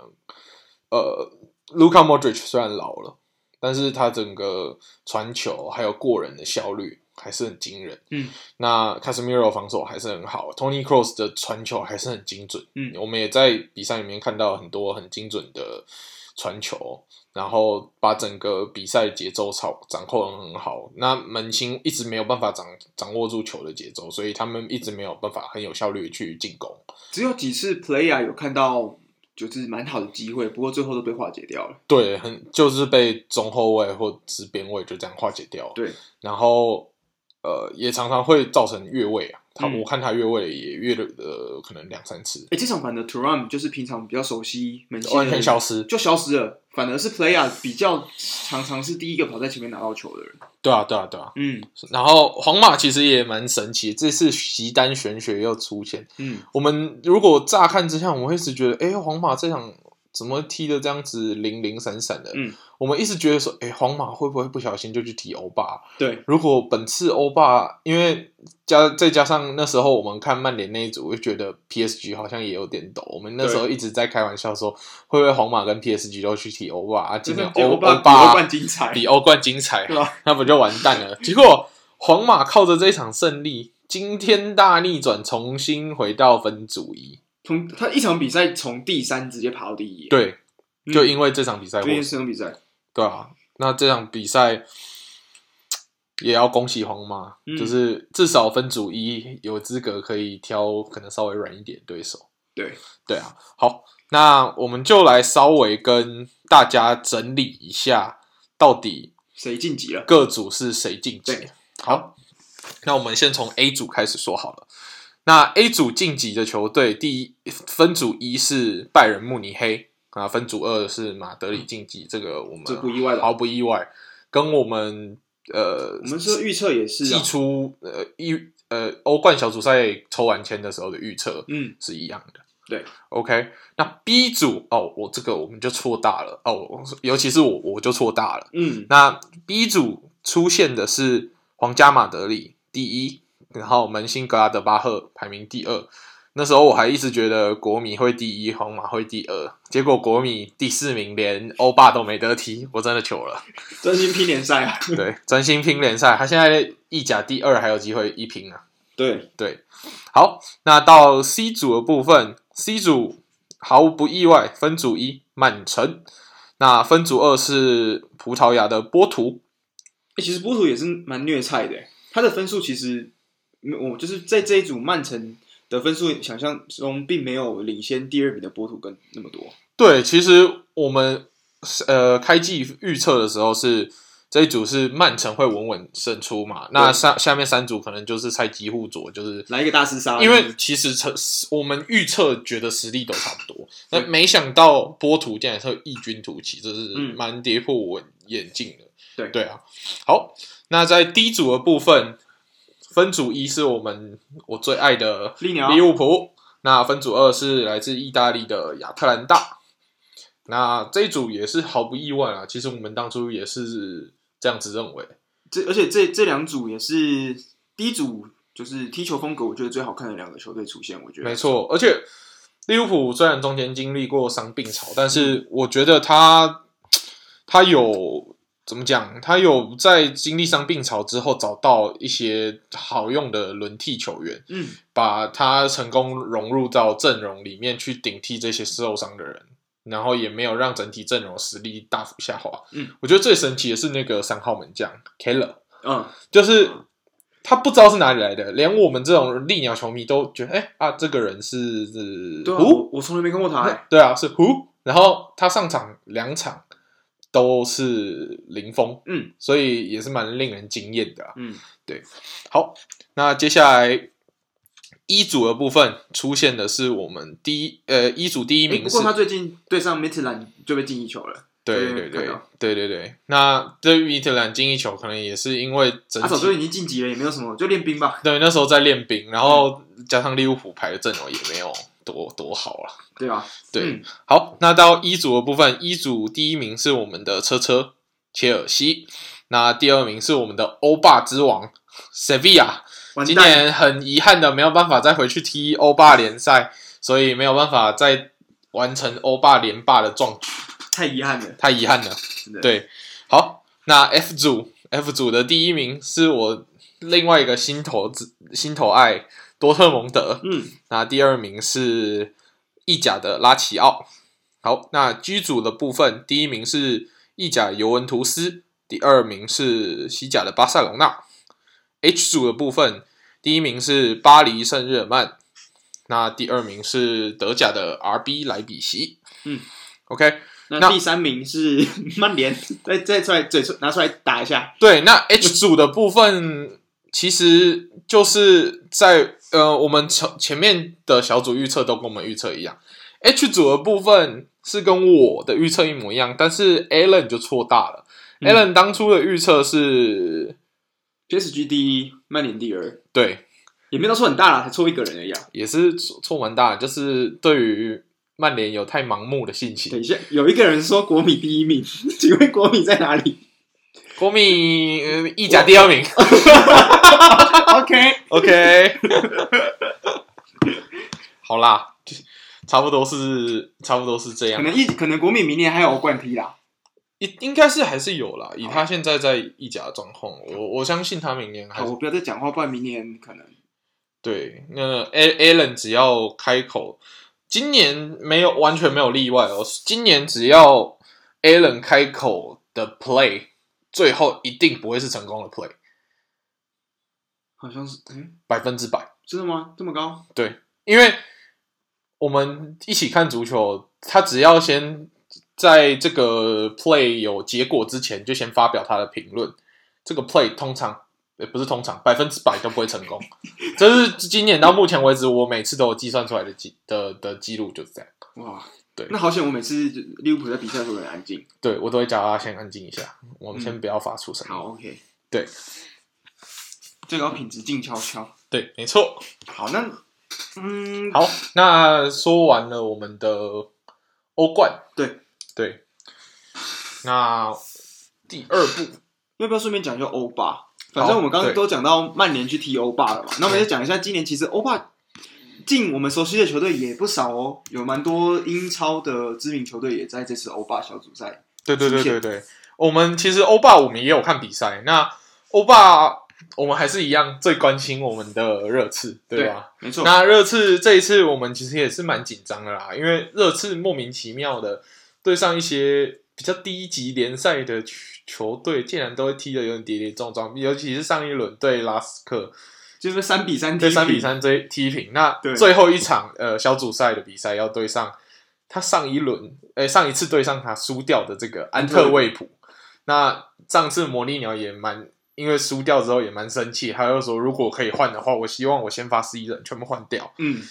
Speaker 2: 呃，Luka Modric 虽然老了，但是他整个传球还有过人的效率，还是很惊人。
Speaker 1: 嗯，
Speaker 2: 那 Casemiro 防守还是很好，Tony Cross 的传球还是很精准。
Speaker 1: 嗯
Speaker 2: 我们也在比赛里面看到很多很精准的传球，然后把整个比赛节奏操掌控得很好。那门兴一直没有办法掌掌握住球的节奏，所以他们一直没有办法很有效率地去进攻。
Speaker 1: 只有几次 Playa 有看到就是蛮好的机会，不过最后都被化解掉了。
Speaker 2: 对，很就是被中后卫或是边卫就这样化解掉。
Speaker 1: 对，
Speaker 2: 然后呃，也常常会造成越位啊。他、
Speaker 1: 嗯
Speaker 2: 我看他越位也越了呃，可能两三次，
Speaker 1: 哎、这场反的 Turam 就是平常比较熟悉门线
Speaker 2: 完全
Speaker 1: 的，
Speaker 2: 消失。
Speaker 1: 就消失了，反而是 Playa 比较常常是第一个跑在前面拿到球的人。
Speaker 2: 对啊，对啊，对啊。
Speaker 1: 嗯
Speaker 2: 然后皇马其实也蛮神奇，这次席丹玄学又出现。
Speaker 1: 嗯，
Speaker 2: 我们如果乍看之下，我们会是觉得，哎，皇马这场怎么踢的这样子零零散散的？
Speaker 1: 嗯，
Speaker 2: 我们一直觉得说，哎，皇马会不会不小心就去踢欧霸？
Speaker 1: 对，
Speaker 2: 如果本次欧霸，因为加再加上那时候我们看曼联那一组，会觉得 PSG 好像也有点抖。我们那时候一直在开玩笑说，会不会皇马跟 PSG 都去踢欧霸啊？今
Speaker 1: 真
Speaker 2: 年
Speaker 1: 的
Speaker 2: 欧
Speaker 1: 霸比欧
Speaker 2: 霸
Speaker 1: 冠精彩，
Speaker 2: 比欧冠精彩
Speaker 1: 对吧，
Speaker 2: 那不就完蛋了？ 结果皇马靠着这一场胜利，惊天大逆转，重新回到分组一。
Speaker 1: 从他一场比赛从第三直接爬到第一，，
Speaker 2: 对，
Speaker 1: 嗯
Speaker 2: 就因为这场比赛
Speaker 1: 就
Speaker 2: 获
Speaker 1: 因为
Speaker 2: 胜。
Speaker 1: 这场比赛，
Speaker 2: 对啊，那这场比赛也要恭喜皇马，
Speaker 1: 嗯
Speaker 2: 就是至少分组一有资格可以挑可能稍微软一点的对手。
Speaker 1: 对，
Speaker 2: 对啊，好，那我们就来稍微跟大家整理一下，到底
Speaker 1: 谁晋级了？
Speaker 2: 各组是谁晋级
Speaker 1: 对。
Speaker 2: 好，那我们先从 A 组开始说好了。那 A 组晋级的球队，第一分组一是拜仁慕尼黑啊，分组二是马德里晋级，这个我们
Speaker 1: 这不意外吧
Speaker 2: 毫不意外，跟我们呃
Speaker 1: 我们说预测也是
Speaker 2: 季
Speaker 1: 啊，
Speaker 2: 初呃预呃欧冠小组赛抽完签的时候的预测
Speaker 1: 嗯，
Speaker 2: 是一样的。
Speaker 1: 对
Speaker 2: ，OK，那 B 组哦，我这个我们就错大了哦，我尤其是我我就错大了。
Speaker 1: 嗯，
Speaker 2: 那 B 组出现的是皇家马德里第一，然后门兴格拉德巴赫排名第二。那时候我还一直觉得国米会第一，皇马会第二，结果国米第四名，连欧霸都没得踢，我真的糗了。
Speaker 1: 真心拼联赛啊，
Speaker 2: 对，专心拼联赛，他现在意甲第二还有机会一拼啊。
Speaker 1: 对，
Speaker 2: 对，好，那到 C 组的部分，C 组毫无不意外，分组一曼城，那分组二是葡萄牙的波图，
Speaker 1: 欸其实波图也是蛮虐菜的欸，他的分数其实，嗯我就是在这一组曼城的分数想象中，并没有领先第二名的波图跟那么多。
Speaker 2: 对，其实我们呃开季预测的时候是这一组是曼城会稳稳胜出嘛，那下下面三组可能就是菜鸡互啄，就是
Speaker 1: 来一个大厮杀，
Speaker 2: 因为其实成我们预测觉得实力都差 不多，那没想到波图竟然是异军突起，这是
Speaker 1: 嗯
Speaker 2: 蛮跌破我眼镜的。
Speaker 1: 对
Speaker 2: 对啊，好，那在 D 组的部分，分组一是我们我最爱的
Speaker 1: 利鸟
Speaker 2: 利物浦，那分组二是来自意大利的亚特兰大，那这一组也是毫不意外啊，其实我们当初也是这样子认为。
Speaker 1: 这而且这这两组也是第一组，就是踢球风格我觉得最好看的两个球队出现，我觉得
Speaker 2: 没，错，而且利物浦虽然中间经历过伤病潮，但是我觉得他他有怎么讲？他有在经历伤病潮之后找到一些好用的轮替球员，
Speaker 1: 嗯，
Speaker 2: 把他成功融入到阵容里面去顶替这些受伤的人。然后也没有让整体阵容实力大幅下滑。
Speaker 1: 嗯，
Speaker 2: 我觉得最神奇的是那个三号门将 Keller，
Speaker 1: 嗯，
Speaker 2: 就是他不知道是哪里来的，连我们这种利鸟球迷都觉得，哎、啊，这个人是是
Speaker 1: 对啊，
Speaker 2: 胡，
Speaker 1: 我我从来没看过他 欸，
Speaker 2: 对啊，是胡。然后他上场两场都是零封，
Speaker 1: 嗯
Speaker 2: 所以也是蛮令人惊艳的啊、
Speaker 1: 嗯，
Speaker 2: 好，那接下来一组的部分出现的是我们第一，呃，一组第一
Speaker 1: 欸
Speaker 2: 名
Speaker 1: 不
Speaker 2: 是
Speaker 1: 过他最近对上米特兰就被进一球了，
Speaker 2: 对对
Speaker 1: 看
Speaker 2: 对
Speaker 1: 到
Speaker 2: 对对对，那对于米特兰进一球，可能也是因为整
Speaker 1: 他啊早
Speaker 2: 体
Speaker 1: 就已经晋级了，也没有什么，就练兵吧，
Speaker 2: 对，那时候在练兵，
Speaker 1: 嗯
Speaker 2: 然后加上利物浦排的阵容也没有多多好啦。
Speaker 1: 对吧？
Speaker 2: 对，
Speaker 1: 嗯
Speaker 2: 好，那到一组的部分，一组第一名是我们的车车切尔西，那第二名是我们的欧霸之王 Sevilla，
Speaker 1: 完
Speaker 2: 今
Speaker 1: 蛋，
Speaker 2: 年很遗憾的没有办法再回去踢欧霸联赛，所以没有办法再完成欧霸联霸的壮举，
Speaker 1: 太遗憾了，
Speaker 2: 太遗憾了。
Speaker 1: 真的，
Speaker 2: 对，好，那 F 组 F 组的第一名是我另外一个心头子心头爱多特蒙德，
Speaker 1: 嗯，
Speaker 2: 那第二名是意甲的拉齐奥。好，那 G 组的部分，第一名是意甲尤文图斯，第二名是西甲的巴塞隆纳。H 组的部分，第一名是巴黎圣日耳曼，那第二名是德甲的 RB 莱比锡。
Speaker 1: 嗯
Speaker 2: ，OK，那
Speaker 1: 那第三名是 曼联，再再出来嘴出拿出来打一下。
Speaker 2: 对，那 H 组的部分其实就是在呃，我们前前面的小组预测都跟我们预测一样，H 组的部分是跟我的预测一模一样，但是 Alan 就错大了。
Speaker 1: 嗯
Speaker 2: Alan 当初的预测是
Speaker 1: PSG 第一，曼联第二，
Speaker 2: 对，
Speaker 1: 也没有说很大啦，才错一个人而已啊。
Speaker 2: 也是错错蛮大的，就是对于曼联有太盲目的信
Speaker 1: 等
Speaker 2: 心。
Speaker 1: 一下，有一个人说国米第一名， 请问国米在哪里
Speaker 2: 国米、呃、意甲第二名
Speaker 1: ？OK，
Speaker 2: ，OK，好啦，差不多是差不多是这样
Speaker 1: 可。能一可能国米明年还有欧冠踢啦。
Speaker 2: 应应该是还是有啦，以他现在在意甲的状况，我我相信他明年还
Speaker 1: 好，
Speaker 2: 是
Speaker 1: 我不要再讲话，不然明年可能
Speaker 2: 对。那 A Allen 只要开口，今年没有完全没有例外哦。今年只要 Allen 开口的 play，最后一定不会是成功的 play，
Speaker 1: 好像是，嗯，
Speaker 2: 百分之百。
Speaker 1: 真的吗？这么高？
Speaker 2: 因为我们一起看足球，他只要先在这个 play 有结果之前就先发表他的评论，这个 play 通常也不是通常百分之百都不会成功，这是今年到目前为止我每次都有计算出来的记的的记录就是这样。
Speaker 1: 哇，
Speaker 2: 对
Speaker 1: 那好险，我每次就利物浦在比赛的时候很安静。
Speaker 2: 对我都会叫他先安静一下，我们先不要发出声
Speaker 1: 嗯
Speaker 2: 音。
Speaker 1: 好，OK，
Speaker 2: 对，
Speaker 1: 最高品质静悄悄。
Speaker 2: 对，没错。
Speaker 1: 好，那嗯，
Speaker 2: 好，那说完了我们的欧冠，
Speaker 1: 对
Speaker 2: 对，那第二部
Speaker 1: 要不要顺便讲一下欧霸？反正我们刚刚
Speaker 2: 对
Speaker 1: 都讲到曼联去踢欧霸了嘛，那我们就讲一下今年其实欧霸进我们熟悉的球队也不少哦，有蛮多英超的知名球队也在这次欧霸小组赛。
Speaker 2: 对对对
Speaker 1: 出
Speaker 2: 对
Speaker 1: 现
Speaker 2: 对，我们其实欧霸我们也有看比赛，那欧霸我们还是一样最关心我们的热刺，对吧？
Speaker 1: 没错，
Speaker 2: 那热刺这一次我们其实也是蛮紧张的啦，因为热刺莫名其妙的对上一些比较低级联赛的球球队，竟然都会踢得有点跌跌撞撞，尤其是上一轮对拉斯克，
Speaker 1: 就是三比三踢
Speaker 2: 对
Speaker 1: 平
Speaker 2: 三比，三追踢平，那
Speaker 1: 对
Speaker 2: 最后一场呃小组赛的比赛要对上他上一轮，呃上一次对上他输掉的这个安特卫普，那上次魔力鸟也蛮因为输掉之后也蛮生气，他就说如果可以换的话，我希望我先发十一人全部换掉。
Speaker 1: 嗯，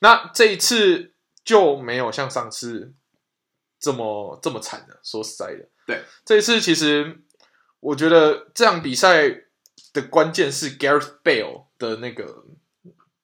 Speaker 2: 那这一次就没有像上次这么这么惨了。说实在的，
Speaker 1: 对，
Speaker 2: 这一次其实我觉得这场比赛的关键是 Gareth Bale 的那个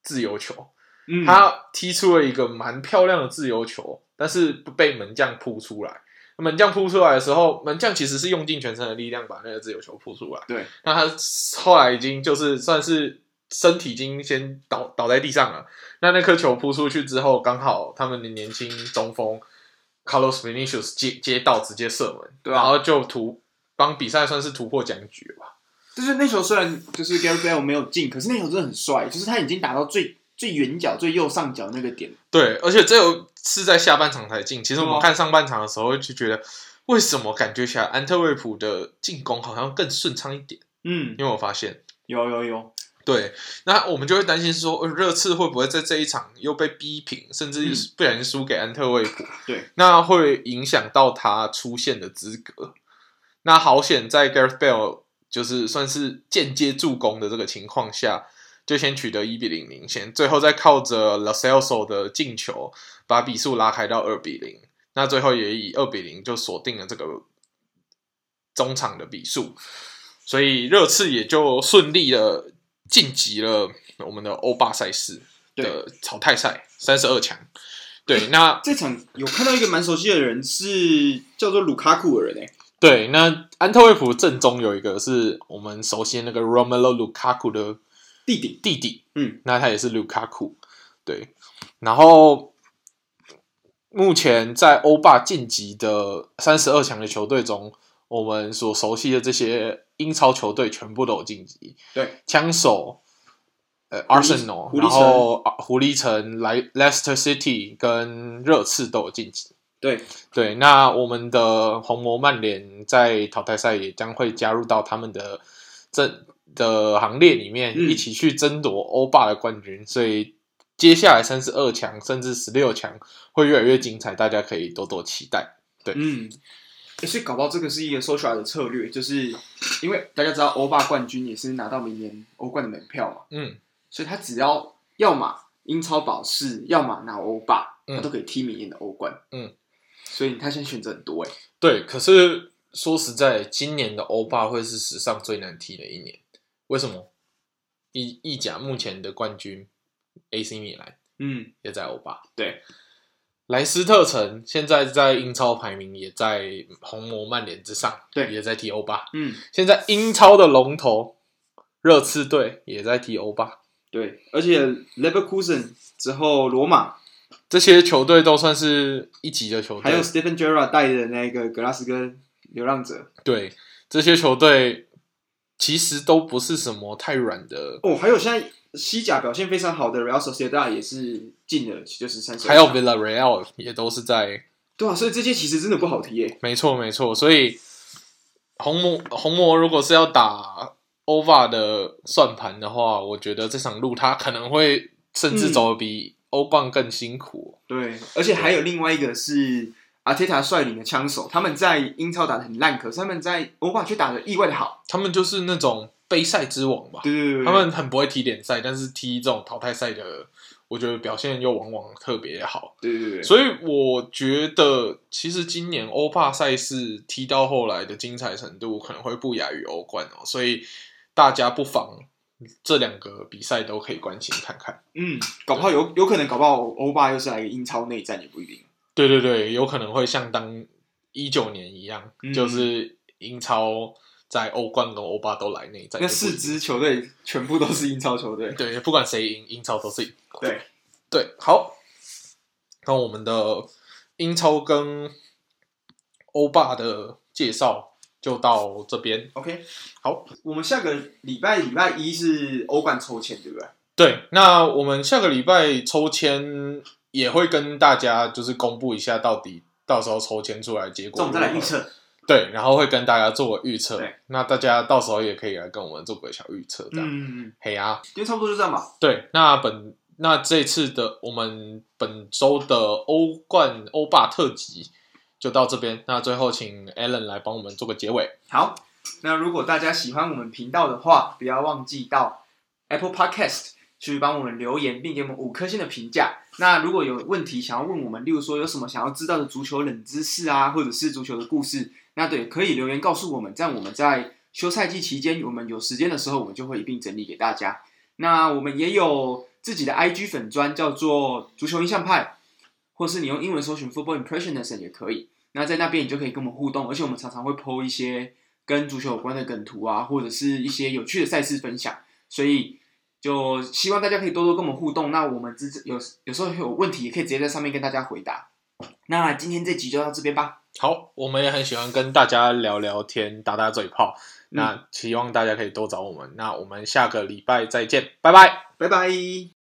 Speaker 2: 自由球，
Speaker 1: 嗯
Speaker 2: 他踢出了一个蛮漂亮的自由球，但是被门将扑出来。门将扑出来的时候，门将其实是用尽全身的力量把那个自由球扑出来。
Speaker 1: 对，
Speaker 2: 那他后来已经就是算是身体已经先倒倒在地上了。那那颗球扑出去之后，刚好他们的年轻中锋 Carlos Vinicius 接接到直接射门，
Speaker 1: 对啊
Speaker 2: 然后就突帮比赛算是突破僵局了吧。
Speaker 1: 就是那球虽然就是 Gary Bell 没有进，可是那球真的很帅，就是他已经打到最最远角、最右上角那个点。
Speaker 2: 对，而且这有是在下半场才进。其实我
Speaker 1: 对
Speaker 2: 们
Speaker 1: 啊
Speaker 2: 看上半场的时候就觉得，为什么感觉起来安特卫普的进攻好像更顺畅一点？
Speaker 1: 嗯，
Speaker 2: 因为我发现。
Speaker 1: 有有有，
Speaker 2: 对，那我们就会担心说，呃热刺会不会在这一场又被逼平，甚至
Speaker 1: 嗯
Speaker 2: 不小心输给安特卫普？
Speaker 1: 对，
Speaker 2: 那会影响到他出线的资格。那好险，在 Gareth Bale 就是算是间接助攻的这个情况下，就先取得一比零领先，最后再靠着 La Celso 的进球把比数拉开到二比零。那最后也以二比零就锁定了这个中场的比数，所以热刺也就顺利的晋级了我们的欧霸赛事的淘汰赛三十二强。对，那
Speaker 1: 这场有看到一个蛮熟悉的人，是叫做卢卡库的人诶、欸
Speaker 2: 对，那安特卫普正中有一个是我们熟悉的那个 Romelu Lukaku 的
Speaker 1: 弟弟。
Speaker 2: 弟弟，
Speaker 1: 嗯，
Speaker 2: 那他也是 Lukaku，对，然后目前在欧霸晋级的三十二强的球队中，我们所熟悉的这些英超球队全部都有晋级。
Speaker 1: 对，
Speaker 2: 枪手，呃
Speaker 1: 狐狸
Speaker 2: ，Arsenal，
Speaker 1: 狐狸
Speaker 2: 然
Speaker 1: 城
Speaker 2: 后啊狐狸城、莱 Leicester City 跟热刺都有晋级。
Speaker 1: 对，
Speaker 2: 对，那我们的红魔曼联在淘汰赛也将会加入到他们的争的行列里面，
Speaker 1: 嗯
Speaker 2: 一起去争夺欧霸的冠军。所以接下来三十二强甚至十六强会越来越精彩，大家可以多多期待。
Speaker 1: 嗯，诶所以搞不好这个是一个 social 的策略，就是因为大家知道欧霸冠军也是拿到明年欧冠的门票嘛，
Speaker 2: 嗯，
Speaker 1: 所以他只要要么英超保四，要么拿欧霸，
Speaker 2: 嗯
Speaker 1: 他都可以踢明年的欧冠。
Speaker 2: 嗯，
Speaker 1: 所以他现在选择很多哎、
Speaker 2: 对。可是说实在，今年的欧霸会是史上最难踢的一年。为什么？意意甲目前的冠军 AC 米兰
Speaker 1: 嗯，
Speaker 2: 也在欧霸。
Speaker 1: 对，
Speaker 2: 莱斯特城现在在英超排名也在红魔曼联之上，
Speaker 1: 对
Speaker 2: 也在踢欧霸。
Speaker 1: 嗯，
Speaker 2: 现在英超的龙头热刺队也在踢欧霸，
Speaker 1: 对，而且 Leverkusen 之后罗马
Speaker 2: 这些球队都算是一级的球
Speaker 1: 还有
Speaker 2: 队。
Speaker 1: Stephen Gerrard 带的那个格拉斯哥流浪者
Speaker 2: 对，这些球队其实都不是什么太软的，
Speaker 1: 哦，还有现在西甲表现非常好的 Real Sociedad 也是进了就是三十，
Speaker 2: 还有 Villarreal 也都是在
Speaker 1: 对啊，所以这些其实真的不好踢耶、
Speaker 2: 没错，没错。所以红魔红魔如果是要打 OVA 的算盘的话，我觉得这场路他可能会甚
Speaker 1: 嗯
Speaker 2: 至走的比欧棒更辛苦。
Speaker 1: 对，而且还有另外一个是阿铁塔率领的枪手，他们在英超打的很烂，可是他们在欧冠却打的意外的好。
Speaker 2: 哦他们就是那种杯赛之王吧，
Speaker 1: 对对对对，
Speaker 2: 他们很不会踢联赛，但是踢这种淘汰赛的，我觉得表现又往往特别好。
Speaker 1: 对对对，
Speaker 2: 所以我觉得，其实今年欧霸赛事踢到后来的精彩程度，可能会不亚于欧冠哦。所以大家不妨这两个比赛都可以关心看看。
Speaker 1: 嗯，搞不好有有可能搞不好欧巴又是来个英超内战也不一定。
Speaker 2: 对对对，有可能会像当一九年一样，
Speaker 1: 嗯
Speaker 2: 就是英超在欧冠跟欧霸都来内战，
Speaker 1: 那
Speaker 2: 就不一
Speaker 1: 四
Speaker 2: 定
Speaker 1: 支球队全部都是英超球队。
Speaker 2: 对，不管谁赢，英超都是赢。
Speaker 1: 对
Speaker 2: 对，好，那我们的英超跟欧霸的介绍就到这边。
Speaker 1: ，OK，
Speaker 2: 好，
Speaker 1: 我们下个礼拜礼拜一是欧冠抽签，对不对？
Speaker 2: 对，那我们下个礼拜抽签也会跟大家就是公布一下，到底到时候抽签出来的结
Speaker 1: 这
Speaker 2: 果。
Speaker 1: 我们再来预。测。
Speaker 2: 对，然后会跟大家做个预测
Speaker 1: 对。
Speaker 2: 那大家到时候也可以来跟我们做个小预测，这样。
Speaker 1: 嗯，
Speaker 2: 嘿呀、啊，
Speaker 1: 因为差不多就这样吧。
Speaker 2: 对，那本那这次的我们本周的欧冠欧霸特辑就到这边。那最后请 Alan 来帮我们做个结尾。
Speaker 1: 好，那如果大家喜欢我们频道的话，不要忘记到 Apple Podcast 去帮我们留言，并给我们五颗星的评价。那如果有问题想要问我们，例如说有什么想要知道的足球冷知识啊，或者是足球的故事，那对可以留言告诉我们，这样我们在休赛季期间，我们有时间的时候，我们就会一并整理给大家。那我们也有自己的 IG 粉砖，叫做足球印象派，或是你用英文搜寻 Football Impressionism 也可以。那在那边你就可以跟我们互动，而且我们常常会 PO 一些跟足球有关的梗图啊，或者是一些有趣的赛事分享，所以就希望大家可以多多跟我们互动。那我们之有有时候有问题也可以直接在上面跟大家回答。那今天这集就到这边吧，
Speaker 2: 好，我们也很喜欢跟大家聊聊天、打打嘴炮。
Speaker 1: 嗯
Speaker 2: 那希望大家可以多找我们。那我们下个礼拜再见，拜拜。
Speaker 1: 拜拜。